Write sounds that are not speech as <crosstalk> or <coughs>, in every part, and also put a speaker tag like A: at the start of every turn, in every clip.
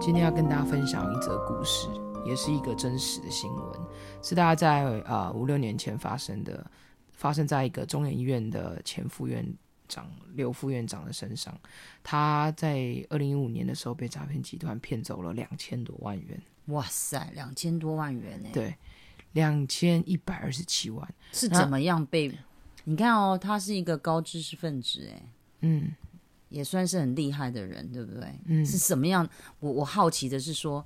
A: 今天要跟大家分享一则故事，也是一个真实的新闻，是大家在啊五六年前发生的，发生在一个中研院的前副院长刘副院长的身上。他在二零一五年的时候被诈骗集团骗走了两千多万元，
B: 哇塞，两千多万元呢、
A: 对，两千一百二十七万。
B: 是怎么样被？你看哦，他是一个高知识分子，哎，
A: 嗯
B: 也算是很厉害的人，对不对？
A: 嗯
B: 是什么样？我我好奇的是说，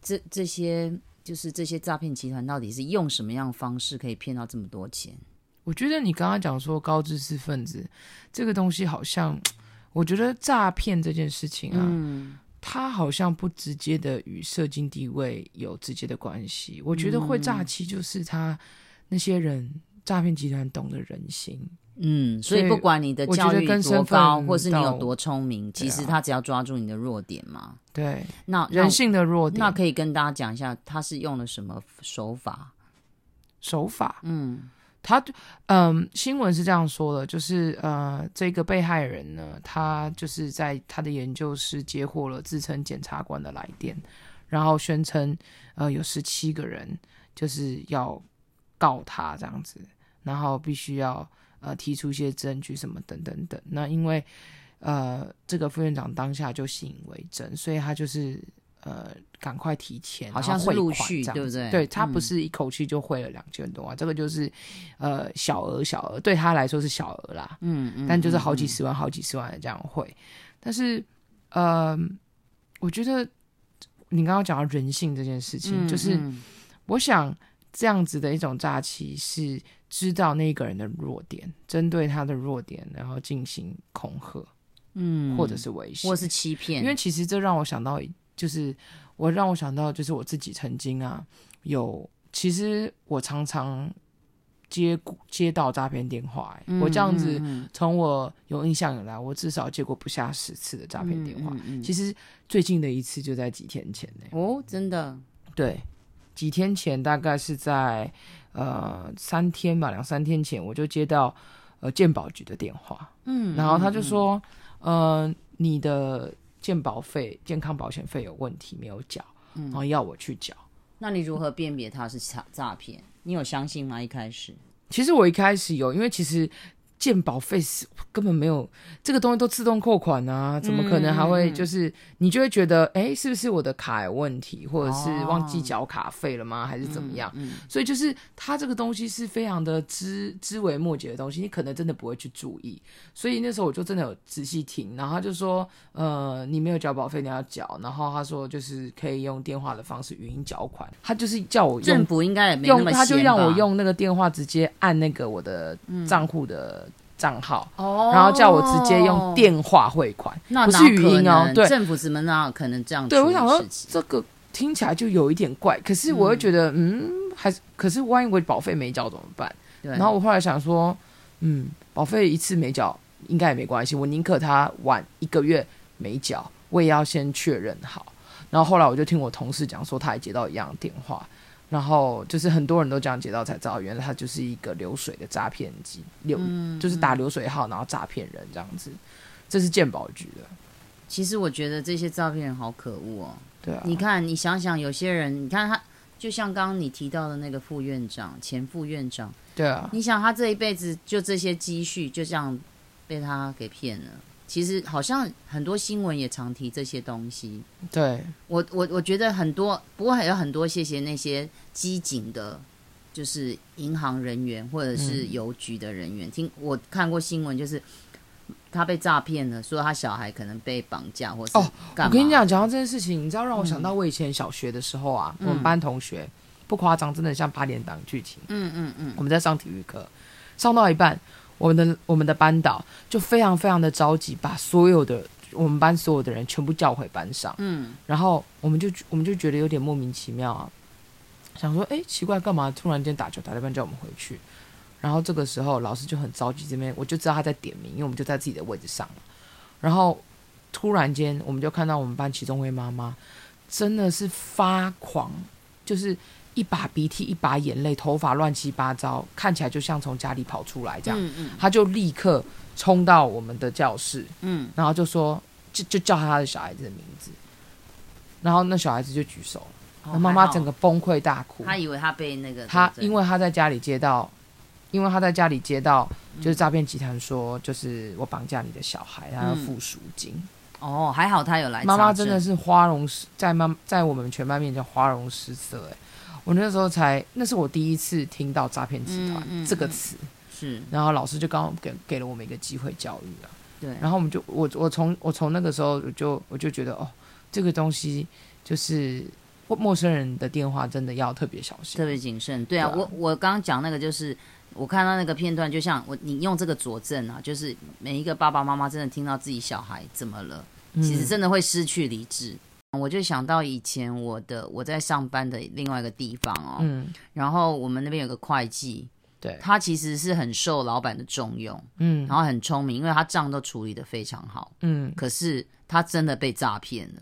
B: 这这些就是这些诈骗集团到底是用什么样的方式可以骗到这么多钱？
A: 我觉得你刚刚讲说高知识分子这个东西，好像我觉得诈骗这件事情啊，
B: 嗯，
A: 它好像不直接的与社经地位有直接的关系。我觉得
B: 嗯
A: 会诈欺就是他那些人诈骗集团懂得人心，
B: 嗯，所以
A: 所以
B: 不管你的
A: 我觉
B: 教
A: 得
B: 育
A: 跟
B: 多
A: 身
B: 高，
A: 份
B: 或是你有
A: 到
B: 多聪
A: 对
B: 明，
A: 啊
B: 其实他只要抓住你的弱点嘛。
A: 对
B: 那那
A: 人性的弱
B: 那
A: 点、
B: 可以跟大家讲一下，他是用了什么手法？
A: 手法。
B: 嗯
A: 他嗯，新闻是这样说的，就是呃，这个被害人呢，他就是在他的研究室接获了自称检察官的来电，然后宣称呃有十七个人就是要告他这样子，然后必须要呃提出一些证据什么等等等。那因为呃这个副院长当下就信以为真，所以他就是呃赶快提钱，
B: 好像
A: 然后
B: 是
A: 汇
B: 陆
A: 款
B: 续
A: 这样
B: 对不
A: 子
B: 对
A: 对他不
B: 嗯
A: 是一口气就汇了两千多万，这个就是呃小额小额，对他来说是小额啦，
B: 嗯嗯，
A: 但就是
B: 嗯
A: 好几
B: 嗯
A: 十万、好几十万的这样汇。但是，呃，我觉得你刚刚讲到人性这件事情，
B: 嗯
A: 就是
B: 嗯
A: 我想这样子的一种诈欺是知道那个人的弱点，针对他的弱点，然后进行恐吓，
B: 嗯
A: 或者是威胁，
B: 或是欺骗，
A: 因为其实这让我想到一，就是我让我想到，就是我自己曾经啊，有其实我常常接接到诈骗电话、欸
B: 嗯
A: 我这样子
B: 嗯
A: 从我有印象以来，我至少接过不下十次的诈骗电话。
B: 嗯嗯嗯
A: 其实最近的一次就在几天前欸呢、
B: 哦，真的，
A: 对，几天前大概是在呃三天吧，两三天前我就接到呃鉴宝局的电话，
B: 嗯
A: 然后他就，说，呃，你的健保费、健康保险费有问题，没有缴，
B: 嗯
A: 然后要我去缴。
B: 那你如何辨别他是诈诈骗？你有相信吗？一开始，
A: 其实我一开始有，因为其实健保费是根本没有这个东西都自动扣款啊，怎么可能还
B: 嗯
A: 会就是、你就会觉得，哎，是不是我的卡有问题，或者是忘记缴卡费了吗，还是怎么样？
B: 嗯，
A: 所以就是它这个东西是非常的枝枝微末节的东西，你可能真的不会去注意。所以那时候我就真的有仔细听，然后他就说，呃，你没有缴保费，你要缴。然后他说就是可以用电话的方式语音缴款，他就是叫我
B: 政
A: 用
B: 府应该也没那
A: 用，
B: 么
A: 他就
B: 闲
A: 让我
B: 吧
A: 用那个电话直接按那个我的账户的账号。
B: 哦，
A: 然后叫我直接用，电话汇款，
B: 那
A: 不
B: 哪
A: 是语
B: 可
A: 音哦
B: 能
A: 对
B: 政府怎么哪有可能这样
A: 对，
B: 处
A: 我
B: 理
A: 想说
B: 事情？
A: 这个听起来就有一点怪，可是我又觉得，嗯还是，可是万一我保费没交怎么办？
B: 对，
A: 然后我后来想说，嗯，保费一次没缴应该也没关系，我宁可他晚一个月没缴，我也要先确认好。然后后来我就听我同事讲说，他也接到一样的电话，然后就是很多人都这样接到才知道，原来他就是一个流水的诈骗机，
B: 嗯
A: 流、就是打流水号，然后诈骗人这样子。这是鉴宝局的，
B: 其实我觉得这些诈骗人好可恶哦。
A: 对啊，
B: 你看，你想想，有些人，你看他，就像刚刚你提到的那个副院长、前副院长，
A: 对啊，
B: 你想他这一辈子就这些积蓄就这样被他给骗了。其实好像很多新闻也常提这些东西。
A: 对，
B: 我我我觉得很多，不过还有很多谢谢那些机警的，就是银行人员或者是
A: 嗯
B: 邮局的人员。听我看过新闻，就是他被诈骗了，说他小孩可能被绑架或是
A: 哦
B: 干嘛。嗯
A: 我跟你，讲，讲到这件事情，你知道让我想到我以前小学的时候啊，我们班同学不夸张，真的像八点档剧情。
B: 嗯嗯嗯，
A: 我们在上体育课，上到一半，我们的我们的班导就非常非常的着急，把所有的我们班所有的人全部叫回班上。
B: 嗯，
A: 然后我们就我们就觉得有点莫名其妙啊，想说，哎，奇怪，干嘛突然间打球打到一半叫我们回去？然后这个时候老师就很着急，这边我就知道他在点名，因为我们就在自己的位置上嘛。然后突然间，我们就看到我们班其中一位妈妈真的是发狂，就是一把鼻涕一把眼泪，头发乱七八糟，看起来就像从家里跑出来这样。
B: 嗯嗯
A: 他就立刻冲到我们的教室，
B: 嗯，
A: 然后就说，就就叫他的小孩子的名字。然后那小孩子就举手，
B: 哦
A: 那妈妈
B: 还好
A: 整个崩溃大哭。
B: 他以为他被那个
A: 他
B: 对
A: 因
B: 不对
A: 为他在家里接到，因为他在家里接到
B: 嗯
A: 就是诈骗集团说，就是我绑架你的小孩，他要付赎金。
B: 哦还好他有嗯来
A: 妈妈
B: 查
A: 真
B: 证
A: 的是花容失在妈在我们全班面前花容失色、欸，我那时候才，那是我第一次听到诈骗集团、
B: 嗯嗯
A: 这个词，
B: 是
A: 然后老师就刚好给给了我们一个机会教育啊，
B: 对，
A: 然后我们就我我从我从那个时候我就我就觉得哦，这个东西就是陌陌生人的电话真的要特别小心，
B: 特别谨慎。对啊，
A: 对啊
B: 我我刚刚讲那个就是。我看到那个片段，就像我你用这个佐证啊，就是每一个爸爸妈妈真的听到自己小孩怎么了，其实
A: 嗯
B: 真的会失去理智。我就想到以前我的我在上班的另外一个地方哦，
A: 嗯
B: 然后我们那边有个会计，
A: 对
B: 他其实是很受老板的重用，
A: 嗯
B: 然后很聪明，因为他账都处理的非常好。
A: 嗯
B: 可是他真的被诈骗了，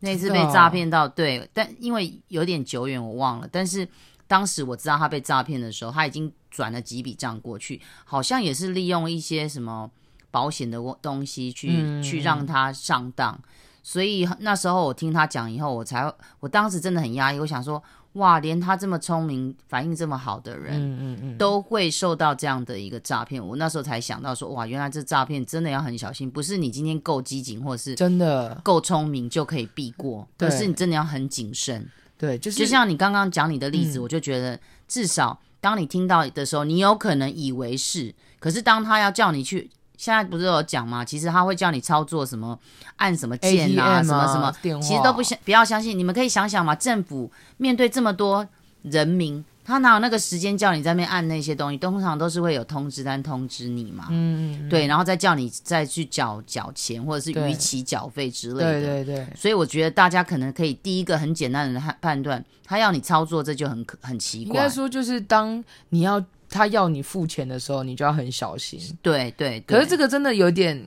B: 那次
A: 真
B: 被
A: 的哦
B: 诈骗到对，但因为有点久远我忘了，但是当时我知道他被诈骗的时候，他已经转了几笔账过去，好像也是利用一些什么保险的东西去、
A: 嗯
B: 去让他上当。所以那时候我听他讲以后，我才我当时真的很压抑，我想说，哇，连他这么聪明、反应这么好的人，
A: 嗯嗯嗯，
B: 都会受到这样的一个诈骗。我那时候才想到说，哇，原来这诈骗真的要很小心，不是你今天够机警或是
A: 真的
B: 够聪明就可以避过，
A: 对
B: 而是你真的要很谨慎。
A: 对，就是
B: 就像你刚刚讲你的例子，
A: 嗯
B: 我就觉得至少当你听到的时候，你有可能以为是，可是当他要叫你去。现在不是有讲吗？其实他会叫你操作什么，按什么键
A: ATM
B: 啊，什么什么，
A: 电话，
B: 其实都不相不要相信，你们可以想想嘛，政府面对这么多人民，他哪有那个时间叫你在那边按那些东西？通常都是会有通知单通知你嘛，
A: 嗯，嗯，嗯
B: 对，然后再叫你再去缴缴钱或者是
A: 对
B: 逾期缴费之类的。
A: 对对对，
B: 所以我觉得大家可能可以第一个很简单的判判断，他要你操作这就很可很奇
A: 应
B: 怪
A: 该。说就是当你要他要你付钱的时候，你就要很小心。
B: 对对对，
A: 可是这个真的有点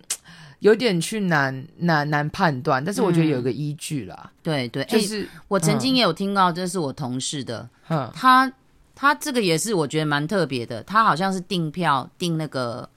A: 有点去难难难判断，但是我觉得有一个依据啦，
B: 对对，嗯哎、
A: 就是
B: 我曾经也有听到，这是我同事的，
A: 嗯
B: 他他这个也是我觉得蛮特别的，他好像是订票订那个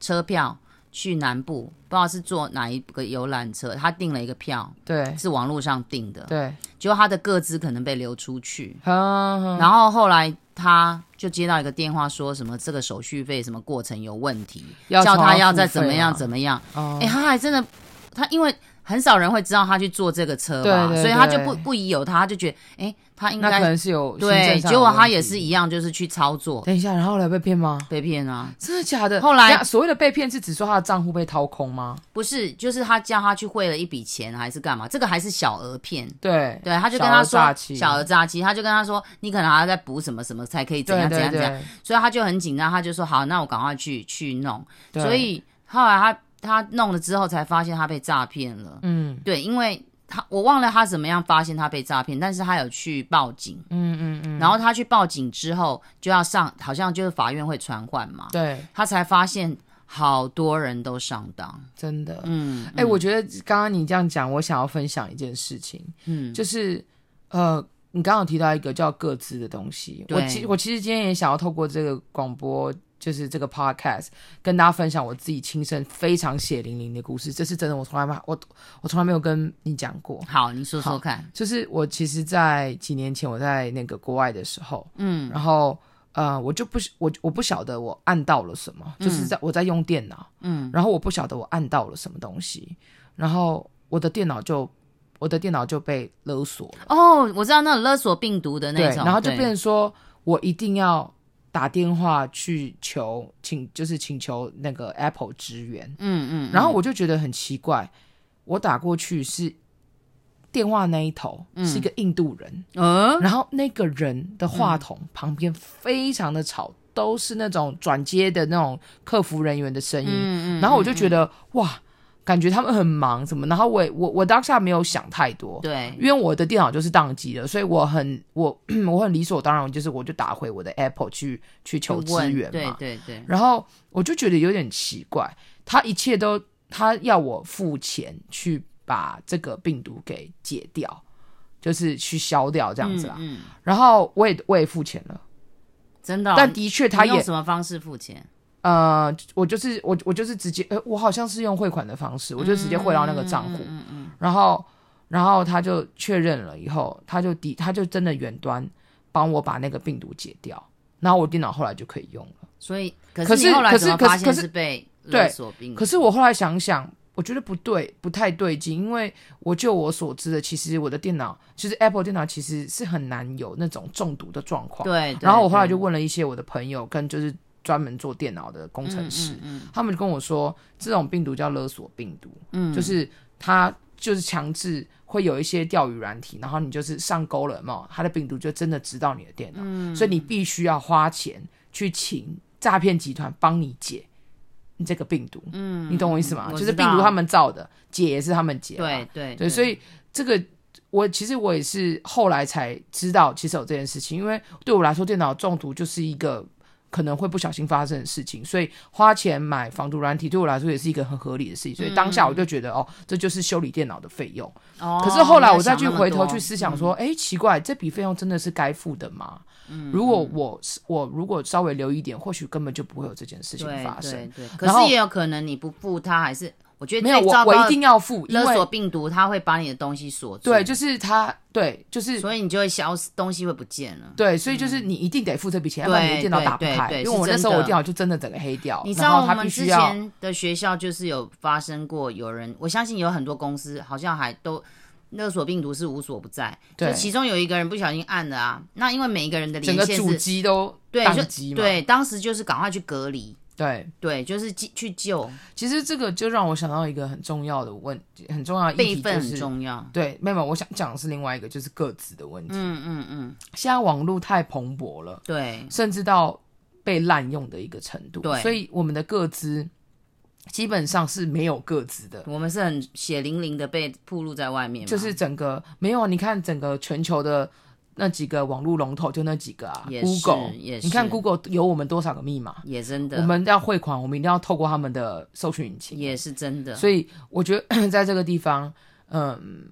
B: 车票去南部，不知道是坐哪一个游览车，他订了一个票，
A: 对
B: 是网络上订的，
A: 对，
B: 结果他的个资可能被流出去，
A: 嗯
B: 然后后来他就接到一个电话，说什么这个手续费什么过程有问题，叫他要再怎么
A: 啊
B: 样怎么样，
A: 么
B: 哎、他还真的，他因为很少人会知道他去坐这个车吧，
A: 对对
B: 所以他就
A: 对
B: 不不疑有他，他就觉得，哎、他应
A: 那可
B: 该
A: 能是有行
B: 对，
A: 政上
B: 结
A: 的
B: 果
A: 问
B: 他也
A: 题
B: 是一样，就是去操作
A: 等一下，然后来被骗吗？
B: 被骗啊，
A: 真的假的？
B: 后来
A: 等一下所谓的被骗是指说他的账户被掏空吗？
B: 不是，就是他叫他去汇了一笔钱还是干嘛？这个还是小额骗，
A: 对
B: 对，他就
A: 小
B: 跟他
A: 额诈
B: 说
A: 欺
B: 小额诈欺，他就跟他说你可能还要再补什么什么才可以怎
A: 对
B: 样怎
A: 对
B: 样怎样，
A: 对，
B: 所以他就很紧张，他就说好，那我赶快去去弄，
A: 对
B: 所以后来他他弄了之后才发现他被诈骗了，
A: 嗯
B: 对，因为他我忘了他怎么样发现他被诈骗，但是他有去报警，
A: 嗯嗯嗯，
B: 然后他去报警之后就要上，好像就是法院会传唤嘛，
A: 对，
B: 他才发现好多人都上当。
A: 真的，
B: 嗯，
A: 哎、我觉得刚刚你这样讲，我想要分享一件事情，
B: 嗯
A: 就是呃，你刚刚有提到一个叫各自的东西，我
B: 对
A: 其我其实今天也想要透过这个广播，就是这个 podcast，跟大家分享我自己亲身非常血淋淋的故事，这是真的，我从来没我我从来没有跟你讲过。
B: 好，你说说看。
A: 就是我其实，在几年前我在那个国外的时候，
B: 嗯
A: 然后呃，我就不我我不晓得我按到了什么，就是在我在用电脑，
B: 嗯，
A: 然后我不晓得我按到了什么东西，然后我的电脑就我的电脑就被勒索了，
B: 哦，我知道那种勒索病毒的那
A: 对，
B: 种，
A: 然后就
B: 对
A: 变成说我一定要打电话去求请，就是请求那个 Apple 支援，
B: 嗯嗯，
A: 然后我就觉得很奇怪，我打过去是。电话那一头是一个印度人，
B: 嗯
A: 然后那个人的话筒旁边非常的吵，都是那种转接的那种客服人员的声音，
B: 嗯嗯，
A: 然后我就觉得、哇，感觉他们很忙什么，然后我也我我当下没有想太多，
B: 对
A: 因为我的电脑就是宕机了，所以我很我 <clears throat> 我很理所当然，就是我就打回我的 Apple 去去求
B: 去
A: 支
B: 问
A: 援
B: 对
A: 嘛，
B: 对对，
A: 然后我就觉得有点奇怪，他一切都他要我付钱去把这个病毒给解掉，就是去消掉这
B: 这
A: 样子啦，啊
B: 嗯，嗯
A: 然后我也我也付钱了，
B: 真的哦。
A: 但的确他
B: 你用
A: 也
B: 什么方式付钱？
A: 呃，我就是我
B: 嗯
A: 我就是直接，呃，我好像是用汇款的方式，我就直接汇到那个账户，然后然后他就确认了以后，他就抵，他就真的远端帮我把那个病毒解掉，然后我电脑后来就可以用了。
B: 所以可
A: 可
B: 是
A: 是
B: 你后来
A: 可
B: 怎么
A: 是可
B: 发
A: 是
B: 现
A: 可是
B: 是被
A: 对
B: 勒索病毒？
A: 可是我后来想想，我觉得不对，不太对劲，因为我就我所知的，其实我的电脑，其实 Apple 电脑其实是很难有那种中毒的状况。
B: 对，对
A: 然后我后来
B: 对
A: 就问了一些我的朋友，跟就是专门做电脑的工程
B: 嗯
A: 师，他们就跟我说，这种病毒叫勒索病毒，嗯，就是它就是强制会有一些钓鱼软体，然后你就是上钩了嘛，它的病毒就真的知道你的电脑，
B: 嗯
A: 所以你必须要花钱去请诈骗集团帮你解。你这个病毒，嗯，你懂我意思吗？
B: 我
A: 就
B: 知
A: 是病毒
B: 道
A: 他们造的，解也是他们解嘛，啊
B: 对对嗯
A: 对，所以这个我其实我也是后来才知道，其实有这件事情，因为对我来说，电脑中毒就是一个可能会不小心发生的事情，所以花钱买防毒软体对我来说也是一个很合理的事情，所以当下我就觉得、哦，这就是修理电脑的费用。
B: 嗯哦
A: 可是后来
B: 没有
A: 我再
B: 想
A: 去
B: 那么
A: 回头
B: 多嗯
A: 去思想说，哎、奇怪，这笔费用真的是该付的吗？
B: 嗯
A: 如果我是我如果稍微留意一点，或许根本就不会有这件事情
B: 对
A: 发生。
B: 对对，可
A: 然后
B: 是也有可能你不付他，还是我觉得
A: 没有，
B: 最
A: 我
B: 糟
A: 我
B: 糕
A: 一
B: 的
A: 定要付，因
B: 勒索
A: 为
B: 病毒，他会把你的东西锁住，
A: 对，就是他，对，就是
B: 所以你就会消失，东西会不见了。
A: 对，所以就是你一定得付这笔钱，要不然你的
B: 嗯对
A: 电脑
B: 对
A: 打不
B: 对
A: 开。
B: 对
A: 因为
B: 是
A: 我那
B: 真
A: 时候我
B: 的
A: 电脑就真的整个黑掉，
B: 你知
A: 哦然
B: 道
A: 后
B: 我
A: 它必
B: 们之
A: 须要
B: 前的学校就是有发生过有人，我相信有很多公司好像还都勒索病毒是无所不在，
A: 对
B: 就其中有一个人不小心按了啊，那因为每一个人的
A: 整
B: 连
A: 个
B: 线
A: 主
B: 是，
A: 机都
B: 对，
A: 宕机
B: 就
A: 嘛。
B: 对，当时就是赶快去隔离，
A: 对
B: 对，就是去去救，
A: 其实这个就让我想到一个很重要的问，很重要的议
B: 备
A: 题
B: 份
A: 就
B: 很
A: 是。
B: 重要，
A: 对，妹妹，我想讲的是另外一个，就是个子的问题。
B: 嗯嗯嗯，
A: 现在网络太蓬勃了，
B: 对，
A: 甚至到被滥用的一个程度，
B: 对
A: 所以我们的个资基本上是没有个资的，
B: 我们是很血淋淋的被暴露在外面嘛，
A: 就是整个没有啊，你看整个全球的那几个网络龙头就那几个啊
B: 也是
A: ，Google，
B: 也是
A: 你看 Google 有我们多少个密码？
B: 也真的，
A: 我们要汇款，我们一定要透过他们的搜寻引擎。啊
B: 也是真的，
A: 所以我觉得 <coughs> 在这个地方，嗯，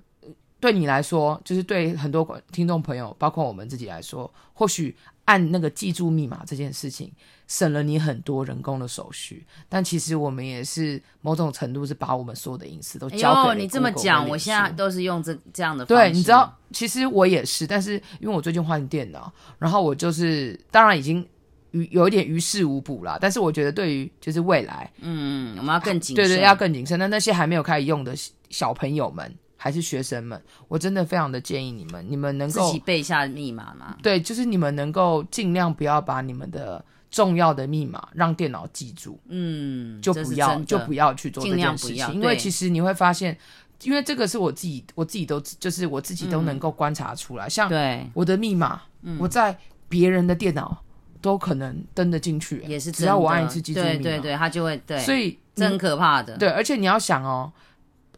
A: 对你来说，就是对很多观听众朋友，包括我们自己来说，或许按那个记住密码这件事情，省了你很多人工的手续。但其实我们也是某种程度是把我们所有的隐私都
B: 哎
A: 交给
B: 呦，
A: 了
B: 你这么
A: Google
B: 讲，
A: 跟
B: 我
A: 脸
B: 现在
A: 书
B: 都是用这这样的方式，
A: 对，你知道，其实我也是，但是因为我最近换电脑，然后我就是当然已经于有一点于事无补啦。但是我觉得对于就是未来，
B: 嗯，嗯，我们要更
A: 啊
B: 谨
A: 对
B: 慎，
A: 对，要更谨慎。那那些还没有开始用的小小朋友们还是学生们，我真的非常的建议你们，你们能
B: 自
A: 够
B: 己背下密码嘛。
A: 对，就是你们能够尽量不要把你们的重要的密码让电脑记住。
B: 嗯，
A: 就
B: 这
A: 不
B: 是
A: 要
B: 真的
A: 就不要去做
B: 尽
A: 这
B: 量
A: 件
B: 不
A: 事
B: 要
A: 情，因为
B: 对
A: 其实你会发现，因为这个是我自己我自己都就是我自己
B: 嗯
A: 都能够观察出来，像
B: 对，
A: 我的密码，
B: 嗯
A: 我在别人的电脑都可能登得进去、
B: 也是
A: 只要
B: 真
A: 我
B: 的
A: 按一次记住密码，
B: 对对对，他就会对，
A: 所以
B: 这很
A: 你
B: 可怕的。
A: 对，而且你要想哦，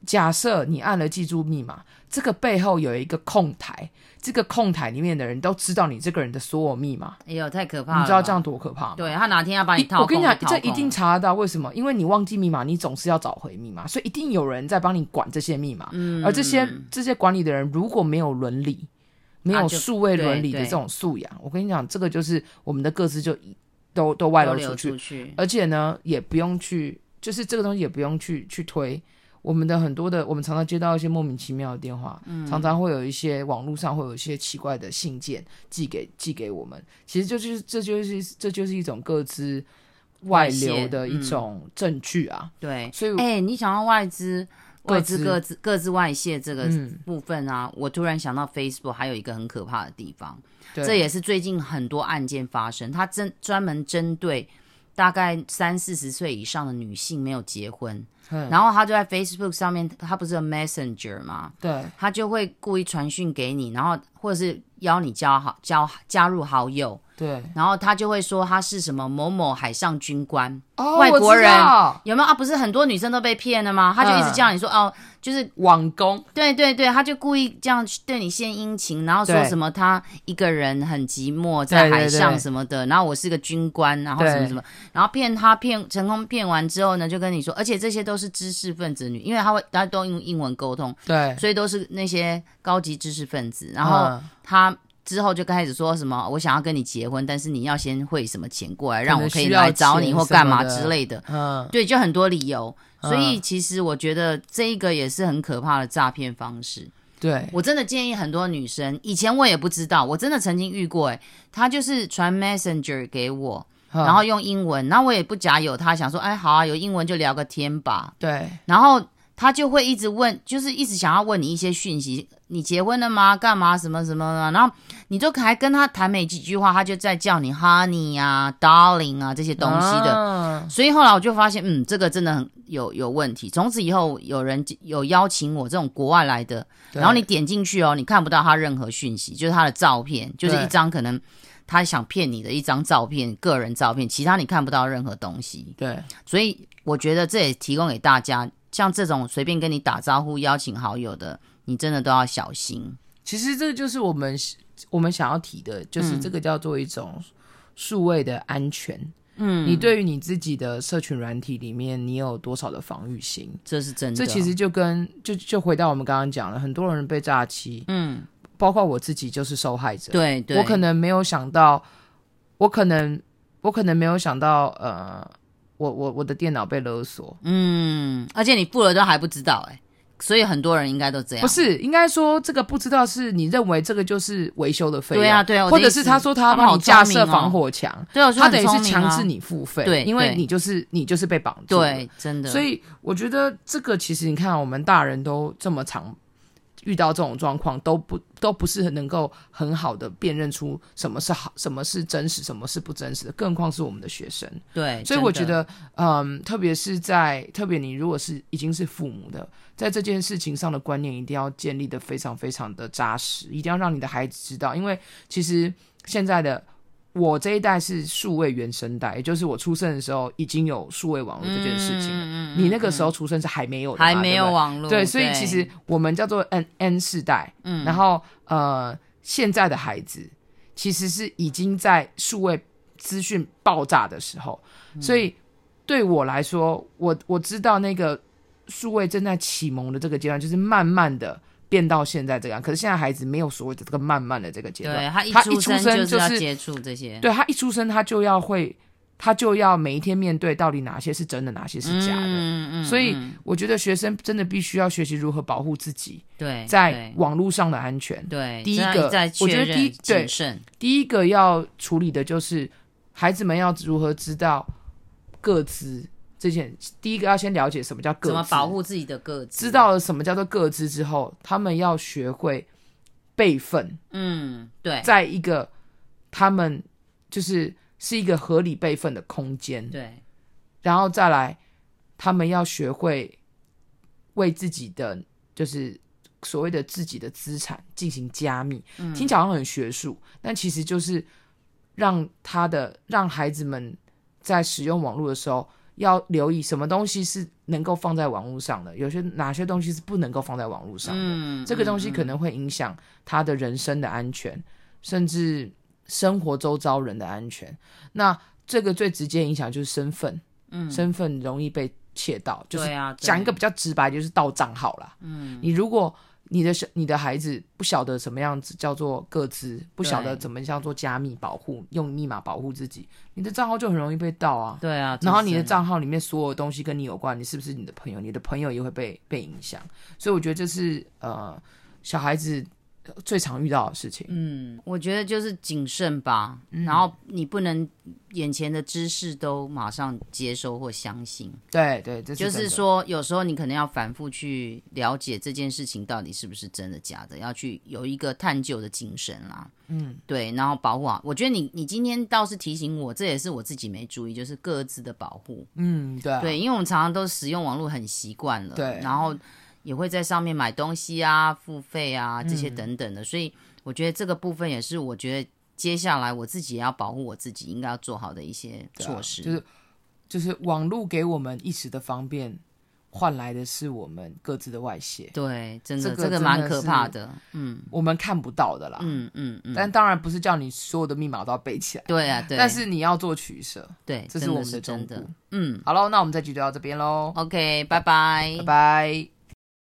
A: 假设你按了记住密码，这个背后有一个控台，这个控台里面的人都知道你这个人的所有密码，
B: 哎呦，太可怕了吧，
A: 你知道这样多可怕吗？
B: 对他哪天要把
A: 一
B: 你掏空，
A: 我跟你讲，
B: 掏
A: 这
B: 空
A: 一定查得到。为什么？因为你忘记密码，你总是要找回密码，所以一定有人在帮你管这些密码。
B: 嗯
A: 而这些这些管理的人如果没有伦理，没有
B: 啊就
A: 数位
B: 对
A: 伦理的
B: 对
A: 这种素养，我跟你讲，这个就是我们的各自就一都都外
B: 都
A: 露
B: 流
A: 出去
B: 出，去。
A: 而且呢，也不用去，就是这个东西也不用去去推。我们的很多的，我们常常接到一些莫名其妙的电话，
B: 嗯
A: 常常会有一些网络上会有一些奇怪的信件寄给寄给我们，其实就是这就是这就是一种各自外流的
B: 嗯
A: 一种证据啊。
B: 对，
A: 所以
B: 哎，你想要外资。
A: 各
B: 外资
A: 自
B: 各自各自外泄这个
A: 嗯
B: 部分啊，我突然想到 Facebook 还有一个很可怕的地方，
A: 对
B: 这也是最近很多案件发生，它针专门针对大概三四十岁以上的女性没有结婚，
A: 嗯
B: 然后她就在 Facebook 上面，她不是有 Messenger 吗？
A: 对
B: 她就会故意传讯给你，然后或者是邀你加好加加入好友，
A: 对
B: 然后她就会说她是什么某某海上军官，
A: 哦
B: 外国人
A: 我知道
B: 有没有啊？不是很多女生都被骗了吗？她就一直
A: 嗯
B: 叫你说、哦，就是
A: 网工，
B: 对对对，他就故意这样去对你献殷勤，然后说
A: 对
B: 什么他一个人很寂寞，
A: 对
B: 在海
A: 对对
B: 上什么的，然后我是个军官，然后什么
A: 对
B: 什么，然后骗他骗成功骗完之后呢，就跟你说，而且这些都是知识分子女，因为他会他都用英文沟通，
A: 对，
B: 所以都是那些高级知识分子，然后
A: 嗯
B: 他。之后就开始说什么我想要跟你结婚，但是你要先汇什么钱过来，让我可以
A: 需要
B: 来找你
A: 钱
B: 或
A: 什
B: 干
A: 么
B: 嘛
A: 的
B: 之类的。
A: 嗯，
B: 对，就很多理由。所以其实我觉得这一个也是很可怕的诈骗方式。
A: 对，
B: 我真的建议很多女生，以前我也不知道，我真的曾经遇过、欸，她就是传 Messenger 给我，然
A: 然
B: 后用英文，然后我也不假有她，想说，哎，好啊，有英文就聊个天吧。
A: 对
B: 然后她就会一直问，就是一直想要问你一些讯息，你结婚了吗？干嘛？什么什么的。然后你就还跟她谈没几句话，她就在叫你 Honey 啊、Darling 啊这些东西的。
A: 的，
B: 所以后来我就发现，嗯，这个真的很有有问题。从此以后，有人有邀请我这种国外来的，
A: 对
B: 然后你点进去哦，你看不到他任何讯息，就是他的照片，就是
A: 对
B: 一张可能他想骗你的一张照片，个人照片，其他你看不到任何东西。
A: 对
B: 所以我觉得这也提供给大家，像这种随便跟你打招呼、邀请好友的，你真的都要小心。
A: 其实这就是我们我们想要提的，就是
B: 嗯
A: 这个叫做一种数位的安全。
B: 嗯
A: 你对于你自己的社群软体里面，你有多少的防御心？
B: 这是真的，
A: 这其实就跟就就回到我们刚刚讲了，很多人被诈欺，
B: 嗯，
A: 包括我自己就是受害者。
B: 对对，
A: 我可能没有想到，我可能我可能没有想到，呃，我我我的电脑被勒索，
B: 嗯，而且你付了都还不知道哎、所以很多人应该都这样。
A: 不是应该说这个不知道是你认为这个就是维修的费用，
B: 对啊对啊我的
A: 或者
B: 意思
A: 是他说他
B: 他们
A: 帮
B: 好
A: 你架
B: 聪明
A: 设
B: 哦
A: 防火墙，
B: 对，我说
A: 他等
B: 很
A: 于
B: 聪
A: 是
B: 明
A: 强
B: 啊
A: 制你付费，
B: 对
A: 因为
B: 对
A: 你就是你就是被绑住，
B: 对，真的，
A: 所以我觉得这个其实你看，我们大人都这么常遇到这种状况，都不都不是能够很好的辨认出什么是好，什么是真实，什么是不真实的，更何况是我们的学生。
B: 对，
A: 所以我觉
B: 哎真的
A: 得，嗯，特别是在特别你如果是已经是父母的，在这件事情上的观念一定要建立的非常非常的扎实，一定要让你的孩子知道，因为其实现在的。我这一代是数位原生代，也就是我出生的时候已经有数位网络这件事情了。
B: 嗯
A: 你那个时候出生是还没有的嘛，
B: 还没有
A: 对不
B: 网络，
A: 对对，所以其实我们叫做 N N 世代，嗯，然后呃，现在的孩子其实是已经在数位资讯爆炸的时候，
B: 嗯
A: 所以对我来说，我我知道那个数位正在启蒙的这个阶段，就是慢慢的。变到现在这样，可是现在孩子没有所谓的这个慢慢的这个阶段，
B: 对他一
A: 他
B: 出
A: 生
B: 就是要接触这些，
A: 对他一出生，他就要会，他就要每一天面对到底哪些是真的，哪些是假的。
B: 嗯嗯嗯，
A: 所以
B: 嗯
A: 我觉得学生真的必须要学习如何保护自己
B: 哎对
A: 在网络上的安全
B: 对。对
A: 第一
B: 这样
A: 个
B: 再
A: 我
B: 确
A: 觉得
B: 认
A: 第一对
B: 谨慎，
A: 第一个要处理的就是孩子们要如何知道各自这件，第一个要先了解什么叫各
B: 怎
A: 自，
B: 么保护自己的个子，
A: 知道了什么叫做各自之后，他们要学会备份，
B: 嗯对
A: 在一个他们就是是一个合理备份的空间。
B: 对
A: 然后再来，他们要学会为自己的就是所谓的自己的资产进行加密，听起来好像很学术，但其实就是让他的让孩子们在使用网络的时候。要留意什么东西是能够放在网络上的，有些哪些东西是不能够放在网络上的。
B: 嗯
A: 这个东西
B: 嗯
A: 可能会影响他的人生的安全，甚至生活周遭人的安全。那这个最直接影响就是身份，
B: 嗯
A: 身份容易被窃盗，就是
B: 对啊对
A: 讲一个比较直白，就是盗账号啦。嗯，你如果你的小你的孩子不晓得什么样子叫做各自，不晓得
B: 对
A: 怎么叫做加密保护，用密码保护自己，你的账号就很容易被盗啊。
B: 对啊，
A: 然后
B: 这
A: 你
B: 是
A: 的
B: 真
A: 账号里面所有东西跟你有关，你是不是你的朋友？你的朋友也会被被影响，所以我觉得这是呃小孩子呃最常遇到的事情。
B: 嗯，我觉得就是谨慎吧，
A: 嗯
B: 然后你不能眼前的知识都马上接收或相信，
A: 对对，这是
B: 就
A: 真的
B: 是，说有时候你可能要反复去了解这件事情到底是不是真的假的，要去有一个探究的精神啦。嗯，对，然后保护好。我觉得你你今天倒是提醒我，这也是我自己没注意，就是各自的保护。
A: 嗯，对啊
B: 对，因为我们常常都使用网络很习惯了，
A: 对
B: 然后也会在上面买东西啊、付费啊这些
A: 嗯
B: 等等的，所以我觉得这个部分也是我觉得接下来我自己也要保护我自己，应该要做好的一些
A: 对啊
B: 措施。
A: 就是就是网络给我们一时的方便，换来的是我们各自的外泄，
B: 对，真
A: 这
B: 的
A: 个
B: 这个
A: 真
B: 蛮
A: 的
B: 可
A: 是
B: 怕的，嗯
A: 我们看不到的啦。
B: 嗯嗯嗯，
A: 但当然不是叫你所有的密码都要背起来，
B: 对啊，对，
A: 但是你要做取舍。
B: 对，
A: 这是
B: 真
A: 我
B: 的
A: 们的
B: 真
A: 忠
B: 的
A: 告，
B: 嗯
A: 好喽，那我们这集就到这边喽，
B: ，OK，拜拜
A: 拜拜。